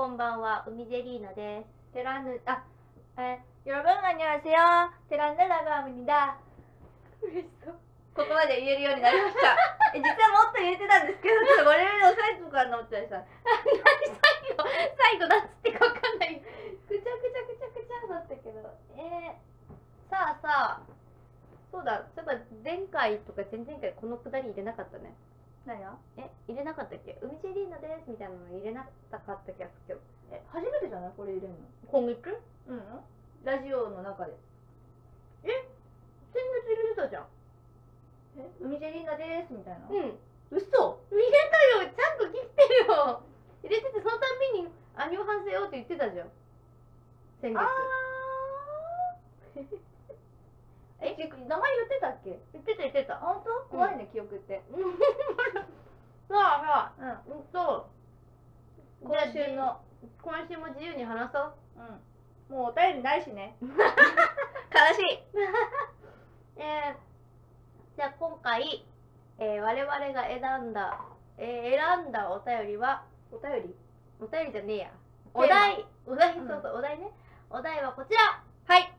は海ゼリーナです。 테라누 아, 에, 여러분 안녕하세요. 테라누라고 합니다.嬉しそう。ここまで言えるようになりました。え、実はもっと言えてたんですけど、ちょっと我々の最後かなと思ってたらさ、最後なんつってかわかんない。くちゃくちゃくちゃくちゃだったけど、えー、さあさあ、そうだ、そういえば前回とか前々回このくだり入れなかったね。何やえ、入れなかったっけ海ゼリーナですみたいなの入れなかったっけ今日。え、初めてじゃないこれ入れるの。今月うん、ラジオの中で。先月入れてたじゃん。え、海ジェリーナですみたいな。うん。嘘入れたよちゃんと切ってるよ入れててそのたんびに「アニョハセよ」って言ってたじゃん先月あ え名前言ってたっけ言ってた言ってー、た本当怖いね、記憶って。さあさうん。あうんと今週の、今週も自由に話そううん。もうお便りないしね。悲しい。 えー、じゃあ今回、えー我々が選んだ、えー選んだお便りはお便りお便りじゃねえやテーマお題お題うんそうそう、お題ねお題はこちらはい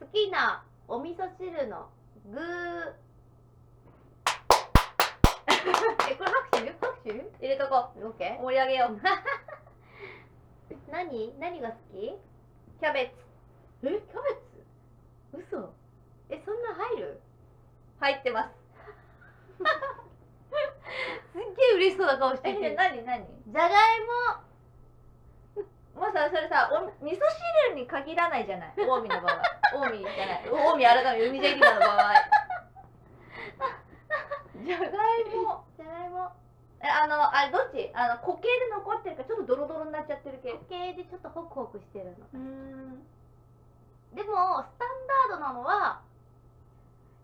好きなお味噌汁の具 えこれ拍手拍手入れとこオッケう。盛り上げよう。 ー何何が好きえキャベツ。キャベツ嘘えそんな入る入ってます。すっげえ嬉しそうな顔して え、るなになにじゃがいもうさ、それさ、お味噌汁に限らないじゃ ない近江の場合。近江じゃない。近江改め、海ジェリーナの場合。 じゃがいも。もじゃがいもえ、あの、あれ、どっちあの、固形で残ってるか、ちょっとドロドロになっちゃってる系。系でちょっとホクホクしてるのうーん。でもスタンダードなのは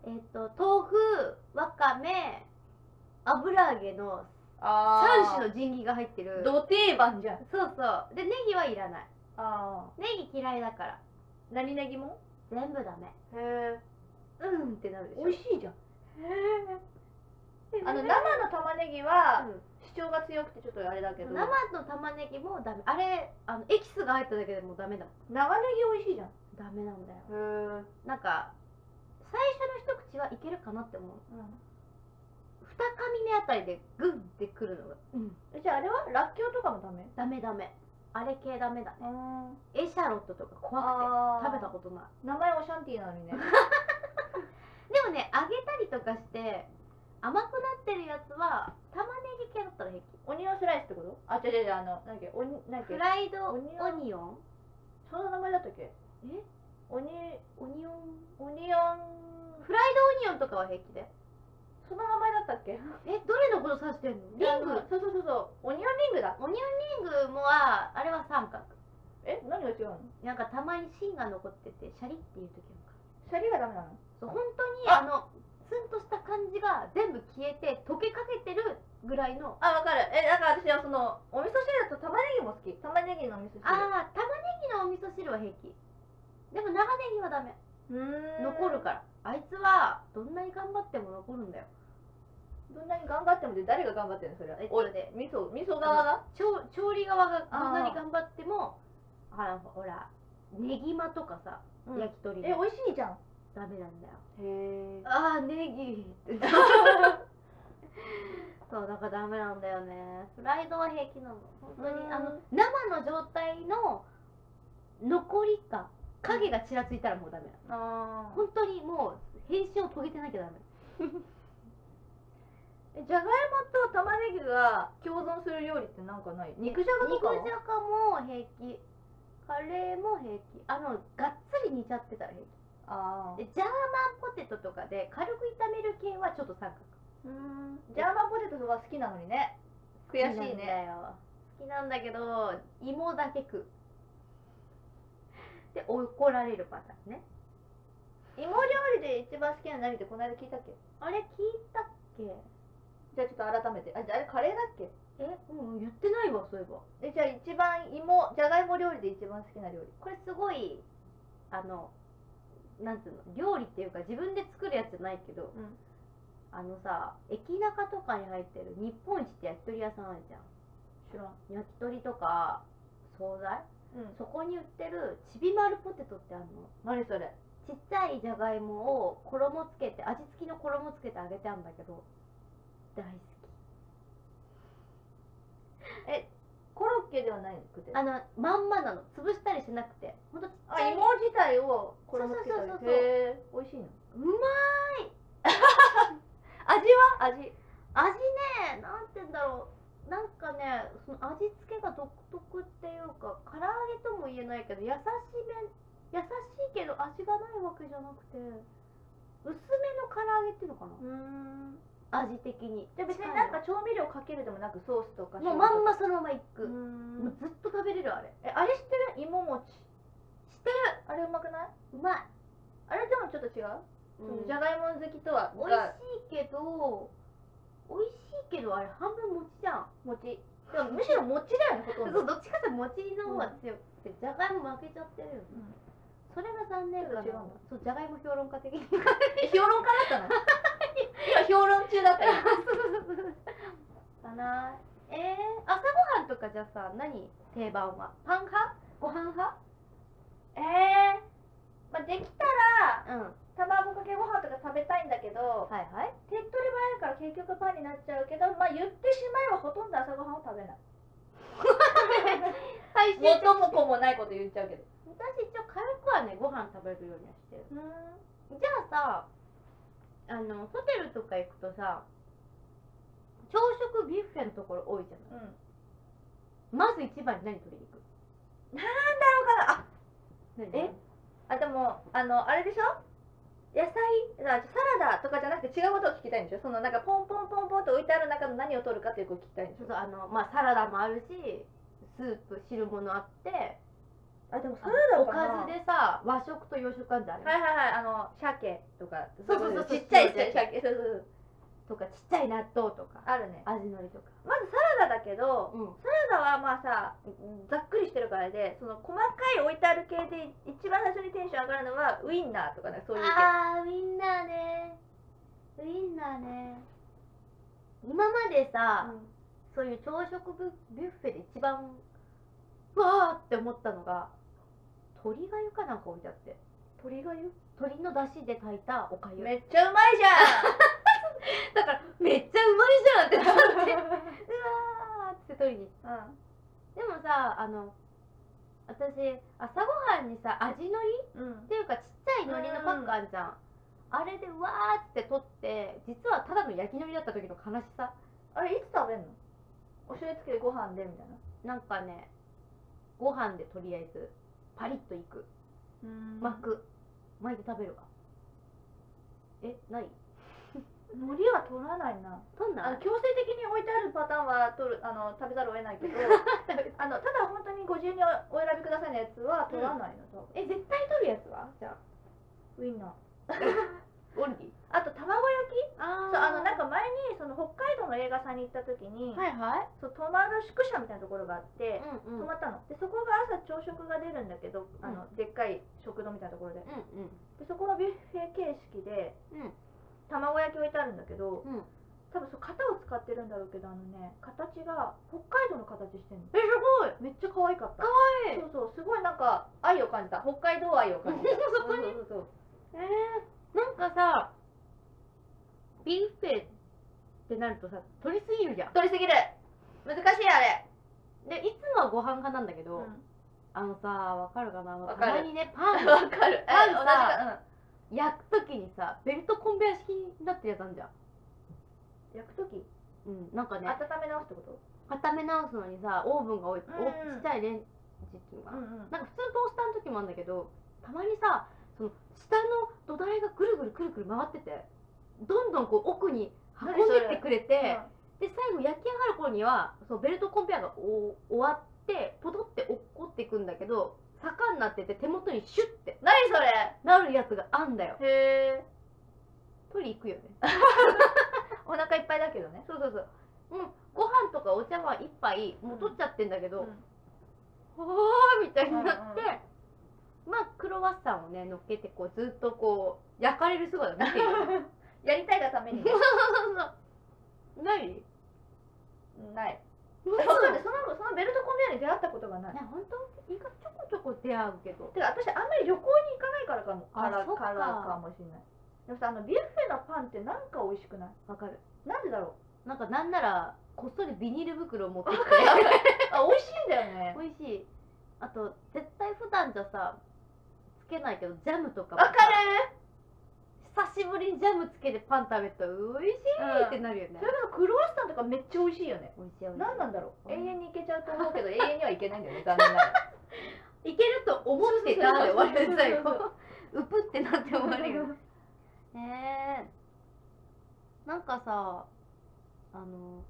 えっ、と豆腐わかめ油揚げのあ3三種種の神器が入ってるのど定番じゃん。そうそうでネギはいらないああ。ネギ嫌いだから何ネギも全部ダメへえ。うんってなるでしょ美味しいじゃん。ああのの、生生のの玉ねぎは、主張が強くてちょっとあれだけど。生の玉ねぎもダメあれあのエキスが入っただけでもうダメだもん長ネギ美味しいじゃん。ダメなんだよへえ。なんか最初の一口はいけるかなって思う二噛み目あたりでグンってくるのがうんうん。じゃああれはらっきょうとかもダメダメダメあれ系ダメだねうん。エシャロットとか怖くてあ食べたこことないと名前オシャンティーなのに ね。でもね揚げたりとかして甘くなってるやつは玉ねぎ系だったら平気オニオンスライスってことあ、違う違う違う、あの、なんだっけ、オニ、なんだっけフ、ライドオオニニオオンンその名前だったっけえオニ、オニオンオニオン、フライドオニオンとかは平気でその名前だったっけえどれのこと指してんのリングあのそうそうそうそう、オニオンリングだ。オニオンリングもはあれは三角え、何が違うのなんかたまに芯が残っててシャリっていう時もかシャリがダメなのそう本当にああのツンとした感じが全部消えて溶けかけてるぐらいのあ、わかる。え、なんか私はその、お味噌汁だと玉ねぎも好き。玉ねぎのお味噌汁。ああ玉ねぎのお味噌汁は平気でも長ネギはダメうーん残るからあいつはどんなに頑張っても残るんだよどんなに頑張ってもで誰が頑張ってるのそれはえっとおで味噌味噌側が調調理側があどーんなに頑張ってもあらほらネギまとかさ、焼き鳥えの美味しいじゃんへダメなんだよえあーネ ギってそうだからダメなんだよねフライドは平気なの本当うーにんあの生の状態の残りか影がちらついたらもうダメなのあー本当にもう変身を遂げてなきゃダメえじゃがいもと玉ねぎが共存する料理ってなんかない肉じゃがと肉かはじゃがも平気カレーも平気あのがっつり煮ちゃってたら平あー気でジャーマンポテトとかで軽く炒める系はちょっと三角うーんジャーマンポテトは好きなのにね悔しいね好きなんだよ好きなんだけど芋だけ食うで怒られるパターンね芋料理で一番好きなの何ってこの間聞いたっけあれ聞いたっけじゃあちょっと改めてあじゃああれカレーだっけえうん言ってないわそういえばえじゃあ一番芋じゃがいも料理で一番好きな料理これすごいあのなんつうの料理っていうか自分で作るやつじゃないけど、うんあのさ駅中とかに入ってる日本一って焼き鳥屋さんあるじゃん知らん焼き鳥とか惣菜うんそこに売ってるちびまるポテトってあるの何それちっちゃいじゃがいもを衣つけて味付きの衣つけて揚げてあんだけど大好コロッケではないのくてきあのまんまなの潰したりしなくてほんとちっちあゃい芋自体を衣つけたそうそうそうそうへえ美味しいうのま味は味味ねなんて言うんだろうなんかねその味付けが独特っていうか唐揚げとも言えないけど優しめ優しいけど味がないわけじゃなくて薄めの唐揚げっていうのかなうん味的にじゃあ別になんか調味料かけるでもなくソースとかもうまんままそのままいく、もううずっと食べれるあれえあれ知ってる芋餅知ってるあれうまくないうまい、あれでもちょっと違う、そのじゃがいも好きとは美味がしいけど美味しいけどあれ半分餅じゃん餅でもむしろ餅だよねほとんどそうどっちかって餅の方が強くて、じゃがいも負けちゃってるよね、うんそれが残念かなちょっと違うんだそうじゃがいも評論家的にえ評論家だったの今評論中だったよかな えー、朝ごはんとかじゃさ何定番はパン派ご飯派ええまあ、できたうらん卵かけご飯とか食べたいんだけはどいはい手っ取り早いから結局パンになっちゃうけどまあ言ってしまえばほとんど朝ごはんを食べない最終的に元も子もないこと言っちゃうけど私一応軽くはねご飯食べるようにはしてるうんじゃあさあのホテルとか行くとさ朝食ビュッフェのところ多いじゃないうんまず一番に何取りに行くだからあ何えあでもあのあれでしょ野菜あサラダとかじゃなくて違うことを聞きたいんでしょそのなんかポンポンポンポンと置いてある中の何を取るかっていうことを聞きたいんでしそょうそうあのまあサラダもあるしスープ汁物あってあでもおおかかずずででさ和食と洋食あるじゃんはいはいはいあの鮭とかそうそうそうちっちゃいちっちゃいちっ鮭そうそうそうとかちっちゃい納豆とかあるね味のりとかまずサラダだけどうんサラダはまあさざっくりしてるからでその細かい置いてある系で一番最初にテンション上がるのはウインナーとかねそういう系あーウインナーねウインナーね今までさ、うんそういう朝食ブビュッフェで一番うわーって思ったのが鶏がゆかなんか置いてあって鶏がゆ鶏の出汁で炊いたおかゆめっちゃうまいじゃだからめっちゃうまいじゃんってなって んうわーって取りに うでもさあの私朝ごはんにさ味のりんうんっていうかちっちゃい海苔のパックあるじゃん、あれでうわーって取って実はただの焼き海苔だった時の悲しさあれいつ食べんのお醤油つけてご飯でみたいななんかねご飯でとりあえずパリッといくうん巻く巻いて食べるわえない海苔は取らないな取んなあのい強制的に置いてあるパターンは取るあの食べざるを得な いけどあのただ本当にご自由にお選びくださいのやつは取らないの、多分え絶対取るやつはじゃあウインナーオンリーあと卵焼きあそうあのなんかか前にその北海道の映画さんに行った時に、はいはそう泊まる宿舎みたいなところがあっいて、うん泊うんまったのでそこが朝朝食が出るんだけど、あのでっかい食堂みたいなところでうでそこはビュッフェ形式で、うん卵焼き置いてあるんだけど、んうんうん多分そう型を使ってるんだろうけどあのね形が北海道の形してるのえすごいめっちゃ可愛かった可愛いそうそうすごいなんか愛を感じた北海道愛を感じた そこにそうそうえー、なんかさビーフェってなるとさ取りすぎるじゃん取りすぎる難しいあれでいつもはご飯派なんだけうど、あのさわかるかなわかたまるにねパンわ かるあるえ同さじか焼く時にさベルトコンベヤ式になってるやつあんじゃんうん焼く時うんなんかね温め直すってこと温め直すのにさオーブンが多い、んうんおちっちゃいレンジっていうのかな、んうんなんか普通トースターの時もあるんだけどたまにさその下の土台がぐるぐるくるくる回っててどんどんこう奥に運んでってくれてで最後焼き上がる頃にはそうベルトコンベアがお終わってポトって落っこっていくんだけど坂になってて手元にシュッて何それなるやつがあんだよへえ取り行くよねお腹いっぱいだけどねそうそうそううんご飯とかお茶碗一杯もう取っちゃってんだけど、おーみたいになって、うんまあクロワッサンをね乗っけてこうずっとこう焼かれる姿を見てい る やりたいがためにね何ない嘘わかんないそのそのベルトコンベヤーに出会ったことがないね本当意外とちょこちょこ出会うけどてか私あんまり旅行に行かないからかもあからそっかからかもしれないでもさあのビュッフェのパンってなんか美味しくないわかるなんでだろうなんかなんならこっそりビニール袋を持 ってきてあ美味しいんだよね美味しいあと絶対普段じゃさつけないけどジャムとかもわかる久しぶりにジャムつけてパン食べたら美味しいってなるよねそれこそクロワッサンとかめっちゃ美味しいよね美味しい美味しい何なんだろうう永ん遠に行けちゃうと思うけど永遠には行けないんだよね残念ながらいけると思ってたって終わる最そう、後うぷってなって終わるよね ねえなんかさあの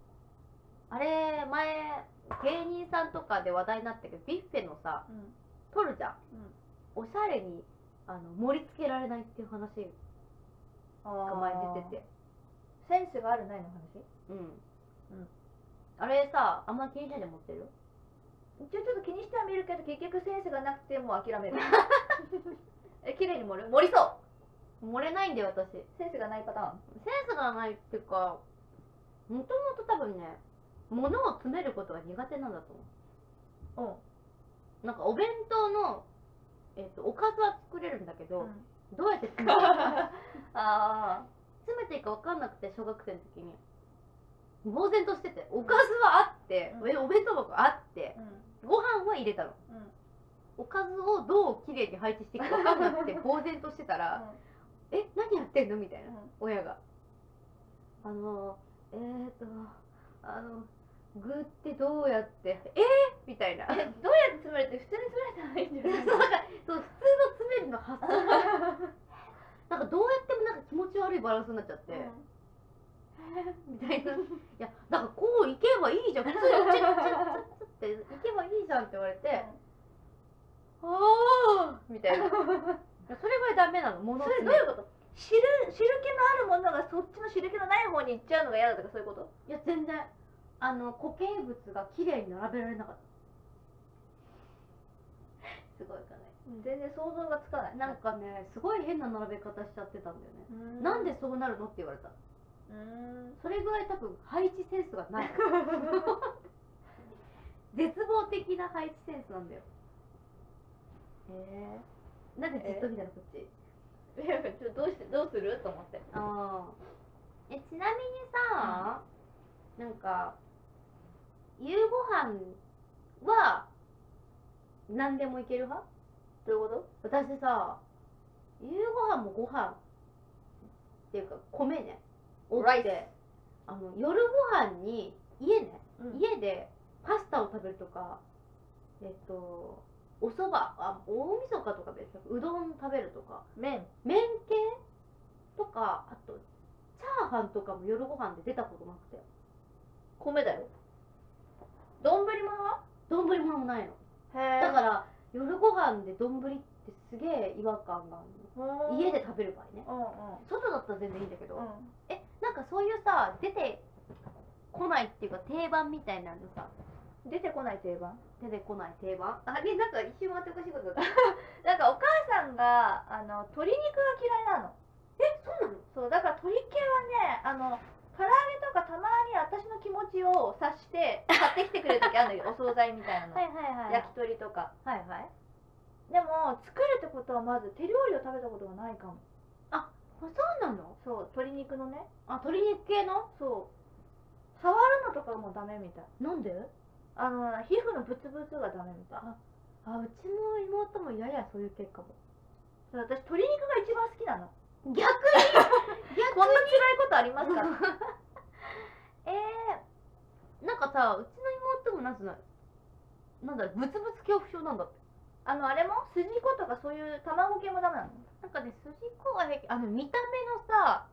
あれ前芸人さんとかで話題になったけどビュッフェのさうん取るじゃん、うんおしゃれにあの盛り付けられないっていう話が前出ててセンスがあるないの話うん、うんあれさあんま気にしないで持ってる一応ちょっと気にしては見るけど結局センスがなくてもう諦めるえ綺麗に盛る盛りそう漏れないんだよ私センセンスがないパターンスがないっていうかもともと多分ね物を詰めることが苦手なんだと思うんうなんかお弁当の、えっとおかずは作れるんだけど、うんどうやって詰めていいかあ詰めていいか分かんなくて小学生の時に呆然としてておかずはあって、うんお弁当箱あってあうんご飯は入れたのうんおかずをどうきれいに配置していくか分かんなくて呆然としてたら「え何やってんの?」みたいな親が「あのえー、っとあの具ってどうやってえー、みたい なそうえどうやって詰めるって普通に詰めたらいいんじゃなんないかそう普通の詰めるの発想が なんかどうやってもなんか気持ち悪いバランスになっちゃって、みたいな「いやだからこういけばいいじゃん普通にチュッチュッチュッチュッっていけばいいじゃん」って言われて「ああ」みたいないやそれぐらいダメなの物をそれ詰めどういるうこと汁汁気のあるものがそっちの汁気のない方に行っちゃうのが嫌だとかそういうこといや全然あの固形物がきれいに並べられなか ったすごいかね全然想像がつかないなんかねすごい変な並べ方しちゃってたんだよね、ななんでそうなるのって言われたうーんそれぐらい多分配置センスがない 絶望的な配置センスなんだよえー、なんでじっと見たのこっち、 いやちょっとどうしてどうすると思ってああえちなみにさ、なんか夕ご飯は何でもいける派どういうこと私さ夕ご飯もご飯っていうか米ね多くてあの夜ご飯に家ね、うん家でパスタを食べるとかえっとお蕎麦あ大晦日とかでうどん食べるとか麺麺系とかあとチャーハンとかも夜ご飯で出たことなくて米だよ丼物は丼物もないのへだえから夜ご飯で丼ってすげえ違和感があるの家で食べる場合ねうんうん外だったら全然いいんだけど、うんえなんかそういうさ出てこないっていうか定番みたいなのさ出てこない定番出てこない定番あれなんか一瞬待ってほしいことだ なんかお母さんがあの鶏肉が嫌いなのえそうなのそうだから鶏系はねあの唐揚げとかたまに私の気持ちを察して買ってきてくれる時ある のよお惣菜みたいなの、はいはいはい焼き鳥とかはいはいでも作るってことはまず手料理を食べたことがないかもあそうなのそう鶏肉のねあ鶏肉系のそう触るのとかもダメみたいなんであの皮膚のブツブツがダメみたいああうちの妹もややそういう結果もそう私鶏肉が一番好きなの逆に逆こんな辛いことありますかえー、 なんかさうちの妹もなんつうのなんだろうブツブツ恐怖症なんだってあのあれも筋子とかそういう卵系もダメなのなんかね筋子は平気あの見た目のさ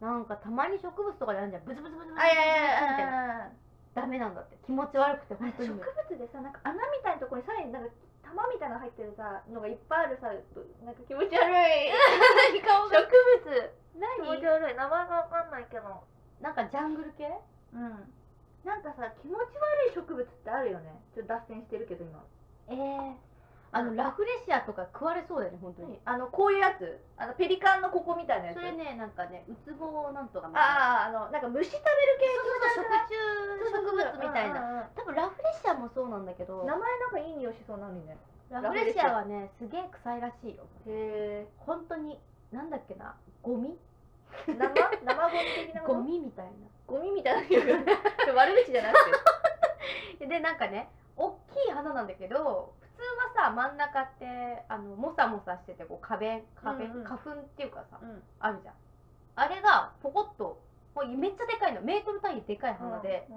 なんかたまに植物とかであるじゃんブツブツブツブツブツブツみあいやいたいなやいやダメなんだって気持ち悪くて本当植に物でさなんか穴みたいなところにさらになんか玉みたいなの入ってるさのがいっぱいあるさなんか気持ち悪い顔植が物気持ち何悪い名前がわかんないけどなんかジャングル系うんなんかさ気持ち悪い植物ってあるよねちょっと脱線してるけど今ええあのラフレシアとか食われそうだよね本当に、あのこういうやつあのペリカンのここみたいなやつそれねなんかねウツボなんとかみたいなあああのなんか虫食べる系そうそうの食虫植物みたいなな多分ラフレシアもそうなんだけど名前なんかいい匂いしそうなのにねラフレシアはねすげえ臭いらしいよへえ本当になんだっけなゴミ生生ゴミ的なもゴのミみたいなゴミみたいな匂いがそれ悪口じゃなくてでなんかね大きい花なんだけど普通はさ真ん中ってあのモサモサしててこう花弁花弁、うんうん花粉っていうかさうんあるじゃんあれがポコッともうめっちゃでかいのメートル単位ででかい花で、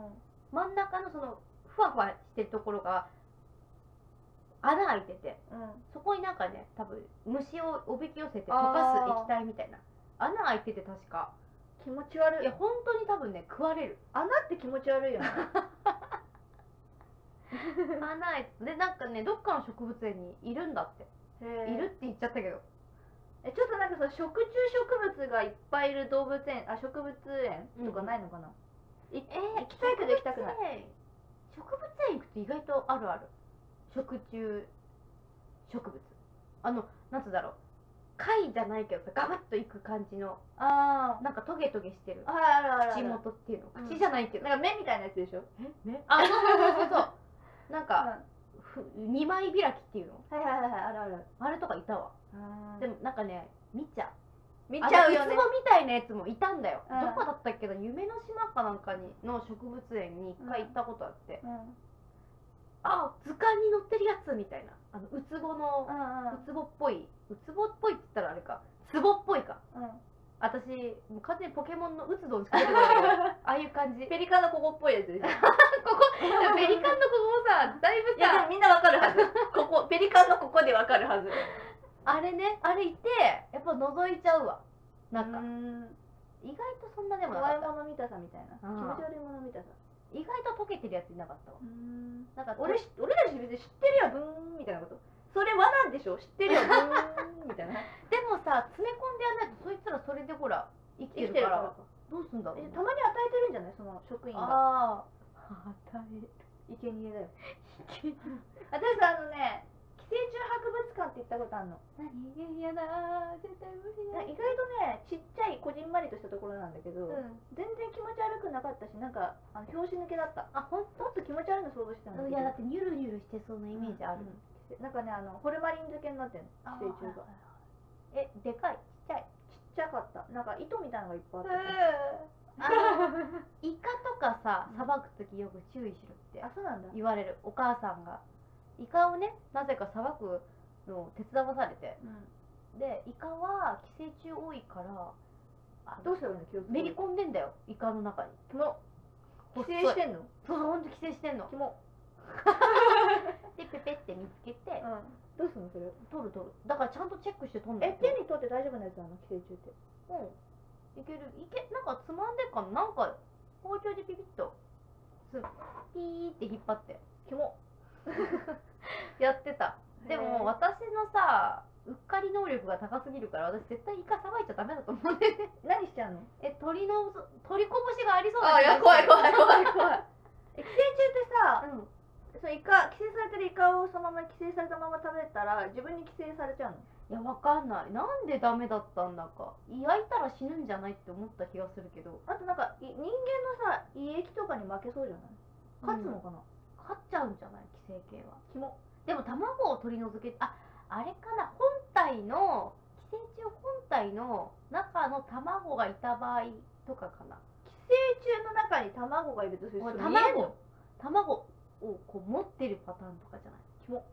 真ん中のそのふわふわしてるところが穴開いててうんうんそこになんかね多分虫をおびき寄せて溶かす液体みたいな穴開いてて確か気持ち悪いいや本当に多分ね食われる穴って気持ち悪いよ ね穴開いてでなんかねどっかの植物園にいるんだってへいーるって言っちゃったけどえちょっとなんかその食虫植物がいっぱいいる動物園あ植物園とかないのかな、えいー行きたいけど行きたくない植物園植物園行くと意外とあるある食虫植物あのなんつうんだろう貝じゃないけどさガバッといく感じのあーなんかトゲトゲしてるあらあらあら口元っていうのうん口じゃないけど、なんか目みたいなやつでしょえねあそうそうそうそうなんか、うふ二枚開きっていうのんはいはいはいはいあるあるあれとかいたわででももなんかね見ちゃう見ちゃうよあのねウツボみたいなやつもいたんだよ、うんどこだったっけな夢の島かなんかにの植物園に一回行ったことあって、うんうんあ図鑑に載ってるやつみたいなあのウツボのウツボっぽいうつぼっぽいって言ったらあれかツボっぽいかうん うん私もう完全にポケモンのウツドンしか出てこないんだけどああいう感じ ペリカンのここっぽいやつでしょここペリカンの子もさだいぶいやでさもみんなわかるはずここペリカンのここでわかるはずあれねあれいてやっぱ覗いちゃうわなんかん意外とそんなでもなかっ怖いたもの見たさみたいな気うん持ち悪いもの見たさ意外と溶けてるやついなかったわうんなんか俺し俺たち別に知ってるよブーンみたいなことそれはなんでしょ知ってるよブーンみたいなでもさ詰め込んでやんないとそいつらそれでほら生きてるからどうすんだろうえねたまに与えてるんじゃないその職員がああ与生贄だよえる私さあのね寄生虫博物館って行ったことあるの何が嫌だ絶対無理なんか意外とねちっちゃいこじんまりとしたところなんだけど、うん全然気持ち悪くなかったしなんかあの拍子抜けだったあ本もっと気持ち悪いの想像してたんだけどいやだってニュルニュルしてそうなイメージある、うんなんかねあのホルマリン漬けになってるあの寄生虫がえでかいちっちゃいちっちゃかったなんか糸みたいのがいっぱいあったから、あのイカとかささばく時よく注意しろってあそうなんだ言われるお母さんがイカをねなぜかさばくのを手伝わされてうんでイカは寄生虫多いからあどのうしたらいいの気をつけめり込んでんだよイカの中にキモ細い寄生してんのそうそうほんと寄生してんのキ モでペペって見つけてうんどうすんのそれ取る取るだからちゃんとチェックして取んないえと手に取って大丈夫なやつなの寄生虫ってうん。いける、いけ、なんかつまんでっかな、なんか包丁でピピッと。す、ピーって引っ張って、キモやってた。でへーも、私のさ、うっかり能力が高すぎるから、私絶対イカさばいちゃダメだと思うんだよね。 何しちゃうのえ、鳥の、鳥こぼしがありそうなあ気いがしやて怖い怖い怖い 怖いえ寄生虫ってさうん。そのイカ寄生されてるイカをそのまま寄生されたまま食べたら自分に寄生されちゃうのいや、わかんない。なんでダメだったんだか。焼いたら死ぬんじゃないって思った気がするけど。あとなんかい人間のさ胃液とかに負けそうじゃない勝つのかな、勝っちゃうんじゃない寄生系は。キモでも卵を取り除けああれかな本体の寄生虫本体の中の卵がいた場合とかかな寄生虫の中に卵がいるとすると卵卵をこう持ってるパターンとかじゃないキモ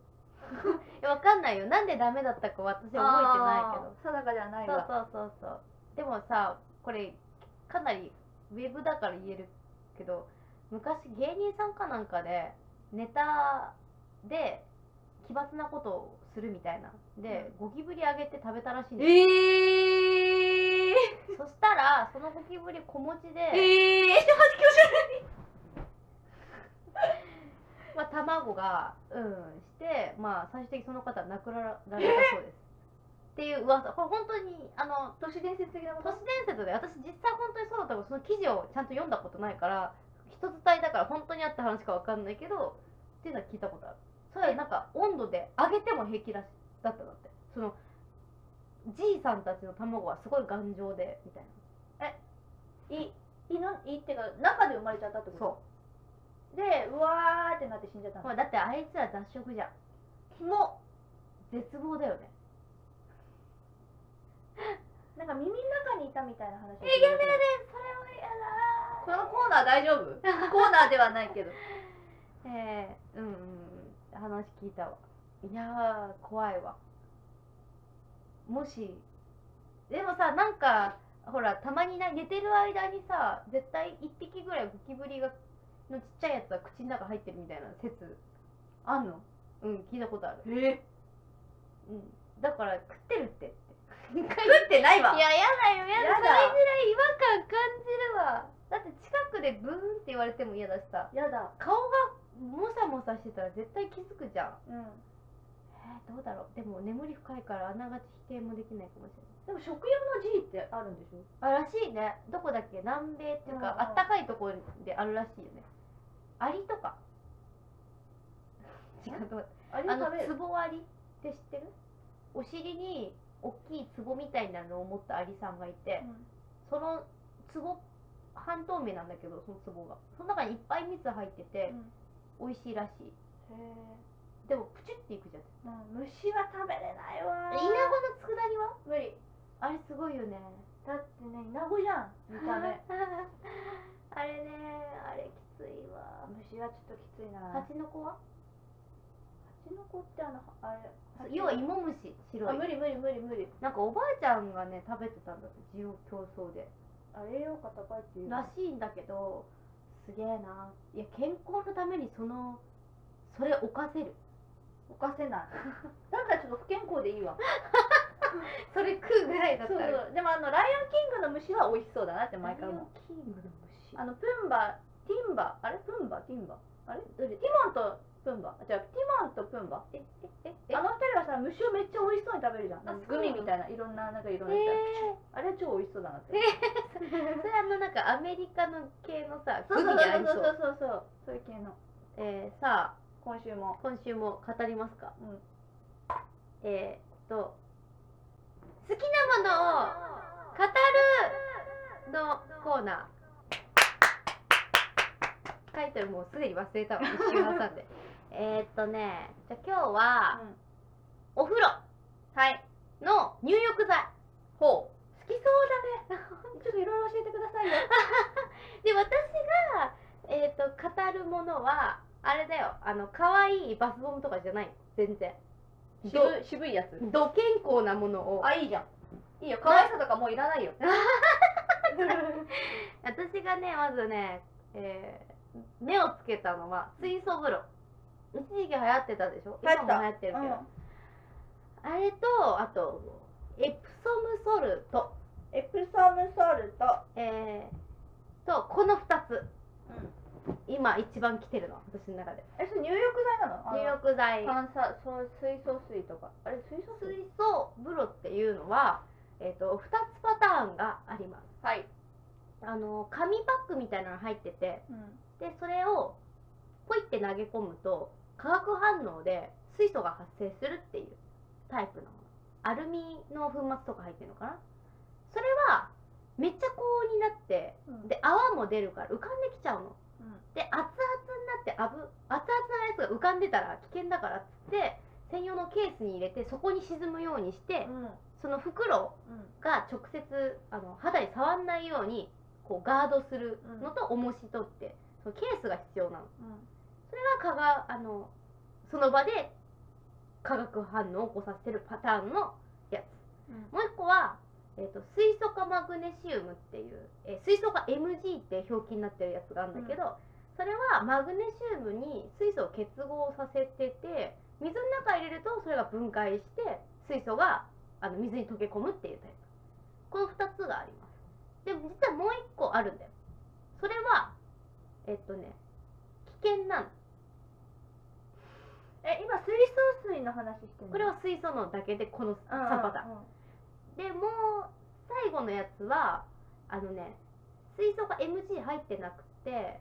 いやわかんないよなんでダメだったか私覚えてないけど定かではないそうがそうそうそうでもさこれかなりウェブだから言えるけど昔芸人さんかなんかでネタで奇抜なことをするみたいなで、ゴキブリあげて食べたらしいんでえすー、そしたらそのゴキブリ子持ちえで、ー、まあ、卵がうんして、まあ、最終的にその方は亡くなられたそうです、っていう噂これ本当にあの都市伝説的なこ都と市伝説で私実際本当にそうだったからその記事をちゃんと読んだことないから人伝いだから本当にあった話かわかんないけどっていうのは聞いたことあるそれなんか温度で揚げても平気らしだったんだってそのじいさんたちの卵はすごい頑丈でみたいいいいのいいっていうか中で生まれちゃったってなこそとでうわーってなって死んじゃったう、のまあ、だってあいつら雑食じゃんも絶望だよねうなんか耳の中にいたみたいな話を聞いえたやだやだそこれはのコーナー大丈夫 コーナーではないけど嫌だえー、うんうんうん話聞いたわいやー怖いわもしでもさなんかほらたまにな寝てる間にさ絶対1匹ぐらいゴキブリがのちっちゃいやつが口の中入ってるみたいな説あんのうん聞いたことあるえうん、だから食ってるってっていやや食ってないわだよやだやだそれぐらい違和感感じるわだって近くでブーンって言われても嫌だしさやだ顔がもさもさしてたら絶対気づくじゃんうんえー、どうだろうでも眠り深いからあながち否定もできないかもしれでも食用の G ってあるんでしょないあらしいねどこだっけ南米っていうかうんあったかいところであるらしいよねアリとか 違うと思ったあれあをの食べつるぼアリって知ってるお尻に大きいつぼみたいなのを持ったアリさんがいてそのつぼ半透明なんだけどそのつぼがその中にいっぱい蜜入ってて美味しいらしいうんへでもプチっていくじゃんーうん虫は食べれないわイナーゴの佃煮は無理あれすごいよねだってねイナゴじゃん見 た目あれねあれきついわ虫はちょっときついなハチノコはちの子ってあのあれ要は芋虫白あ無い理無理無理無理なんかおばあちゃんがね食べてたんだって自由競争であれ栄養価高いっていうらしいんだけどすげえないや健康のためにそのそれ犯せる犯せ ないだからちょっと不健康でいいわ それ食うぐらいだっそたうらそうでもあのライオンキングの虫は美味しそうだなって毎ラ回イオン思キうングの虫あのプンバティンバあれプンバティンバあれティモンとプンバあじゃあティモンとプンバええええあの二人はさ虫をめっちゃ美味しそうに食べるじゃんあグミみたいないろんななんか色のやつあれ超美味しそうだなってへそれあのなんかアメリカの系のさそうグそうミにありそそううそうそうそうそういう系のえー、さあ今週も今週も語りますかうんえー、っと好きなものを語るのコーナータイトルもうすでに忘れたわ一瞬挟 んでえーっとねじゃあ今日はうんお風呂はいの入浴剤ほう好きそうだねちょっといろいろ教えてくださいよ で私が、えー、と語るものはあれだよあの可愛いバスボムとかじゃない全然ど渋渋いやつど健康なものをあいいじゃんいいよ可愛さとかもういらない よ私がねまずね、えー目をつけたのは水素風呂一時期流行ってたでしょ流行今ってたも流行ってるけど、あれとあとエプソムソルト、エプソムソルトえーとこの2つ今一番来てるの私の中でえそれ入浴剤なの入浴剤炭酸そう水素水とかあれ水素水水素風呂っていうのは、えー、と2つパターンがありますはい、あの紙パックみたいなの入っててうん、でそれをポイって投げ込むと化学反応で水素が発生するっていうタイプのものアルミの粉末とか入ってるのかなそれはめっちゃ高温になってうんで泡も出るから浮かんできちゃうのうんで熱々になってあぶ熱々なやつが浮かんでたら危険だからっつって専用のケースに入れてそこに沈むようにしてうんその袋が直接あの肌に触んないようにこうガードするのと重しとって、そのケースが必要なのうそれが化学あのその場で化学反応を起こさせるパターンのやつんもう一個は、えー、と水素化マグネシウムっていう、えー水素化 MG って表記になってるやつがあるんだけど、それはマグネシウムに水素を結合させてて水の中入れるとそれが分解して水素があの水に溶け込むっていうタイプこの2つがありますでも実はもう1個あるんだよそれはえっとね危険なのえ今水素水の話してるこれは水素のだけでこの3パターンうんでもう最後のやつはあのね水素が MG 入ってなくて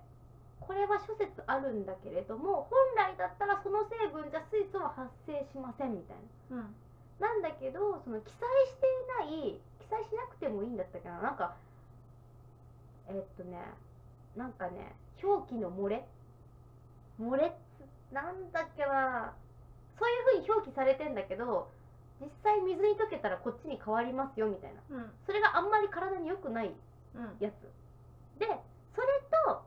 これは諸説あるんだけれども本来だったらその成分じゃ水素は発生しませんみたいうんななんだけどその記載していない記載しなくてもいいんだったっけななんかえっとねなんかね表記の漏れ漏れっつなんだっけなそういうふうに表記されてんだけど実際水に溶けたらこっちに変わりますよみたいなうんそれがあんまり体に良くないうんやつでそれと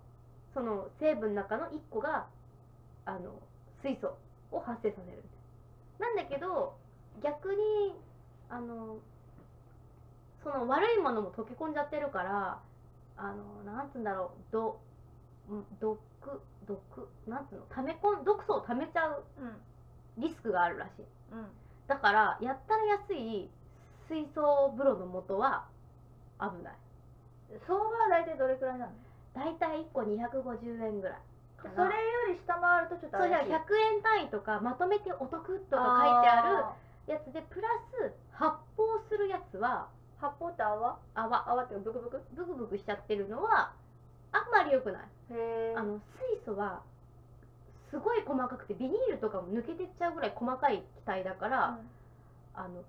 その成分の中の1個があの水素を発生させるなんだけど逆にあのその悪いものも溶け込んじゃってるからあのなんつうんだろうどん毒毒なんつうの溜め込ん毒素を溜めちゃううんリスクがあるらしいうんだからやったら安い水素風呂の元は危ない相場は大体どれくらいなの大体1個250円ぐらいそかなれより下回るとちょっとそうじゃあ100怪しい円単位とかまとめてお得とか書いてああるやつでプラス発泡するやつはー発泡って泡泡泡っていうかブクブクブクブクしちゃってるのはあんまり良くない、へああのの水素はすごい細かくてビニールとかも抜けてっちゃうぐらい細かい気体だから、あの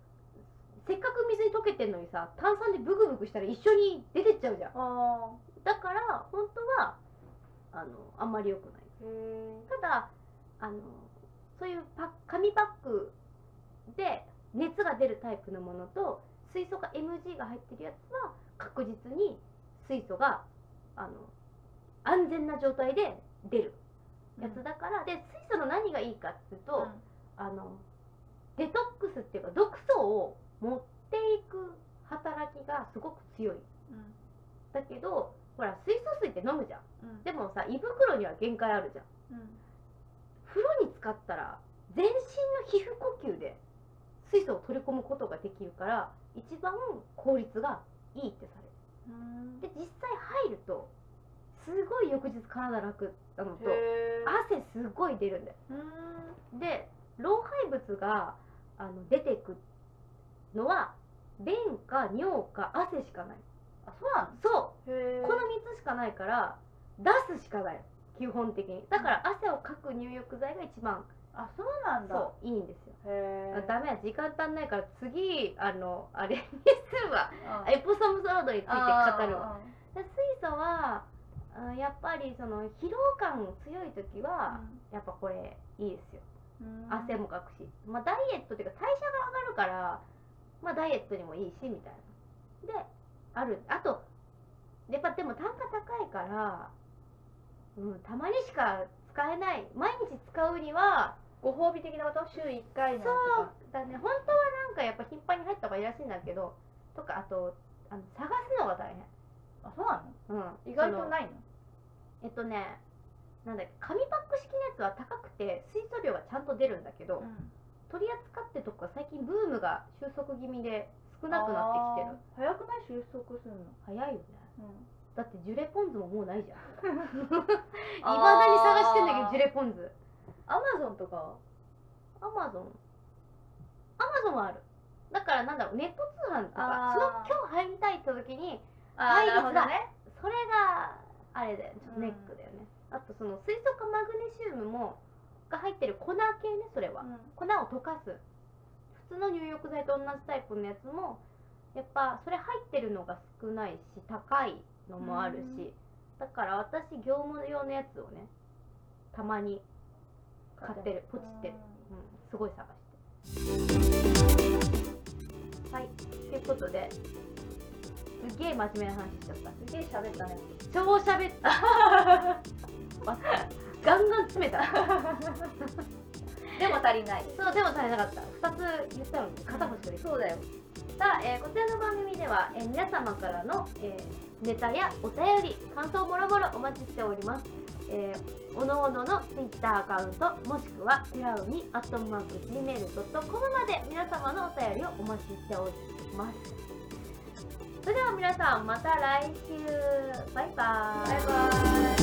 せっかく水に溶けてんのにさ炭酸でブクブクしたら一緒に出てっちゃうじゃんあだから本当はあのあんまり良くないーへただあのそういうパッ紙パックで熱が出るタイプのものと水素が MG が入ってるやつは確実に水素があの安全な状態で出るえやつだから、で水素の何がいいかっていうと、あのデトックスっていうか毒素を持っていく働きがすごく強いうんうんだけどほら水素水って飲むじゃんうんでもさ胃袋には限界あるじゃんうん風呂に浸かったら全身の皮膚呼吸で水素を取り込むことができるから一番効率がいいってさうんれるで実際入るとすごい翌日体楽なのとへー汗すごい出るんだようんで老廃物があの出てくのは便か尿か汗しかないあそうなのそうへーこの3つしかないから出すしかない基本的にだから汗をかく入浴剤が一番あそうなんだそういいんですよへあえダメだ時間足んないから次あのあれにするわあエポソムソードについて語るわあで水素はあやっぱりその疲労感強い時ーは、やっぱこれいいですようん汗もかくし、まあ、ダイエットっていうか代謝が上がるから、まあ、ダイエットにもいいしみたいなであるあとやっぱでも単価高いから、うん、たまにしか使えない毎日使うにはご褒美的なこと週一回のとそうかだね本当はなんかやっぱ頻繁に入った方がいいらしいんだけどとかあとあの探すのが大あそうな変、の意外といないのえっとねなんだっけ紙パック式のやつは高くて水素量がちゃんと出るんだけど、うん取り扱ってとこが最近ブームが収束気味で少なくなってきてるあー早くない収束するの早いよねうんだってジュレポン酢ももうない じゃんいあーまだに探してんだけどジュレポン酢アマゾンとかアマゾンアマゾンはあるだからなんだろうネット通販とかあーその今日入りたいって時にあはいーなるほどねそれがあれだよねちょっとネックだよね、あとその水素化マグネシウムもが入ってる粉系ねそれは、粉を溶かす普通の入浴剤と同じタイプのやつもやっぱそれ入ってるのが少ないし高いのもあるし、うんだから私業務用のやつをねたまに買ってるポチってる、うん、すごい探してはいということですげえ真面目な話しちゃったすげえ喋ったね超喋ったバス ガンガン詰めたでも足りないそうでも足りなかった2つ言ったのに片方しかできないそうだよさあ、えーこちらの番組では、えー皆様からの、えーネタやお便り感想もろもろお待ちしております、えー、おのおのの Twitter アカウントもしくはてらうにアットマーク Gmail.com まで皆様のお便りをお待ちしておりますそれでは皆さんまた来週バイバーイバイバイ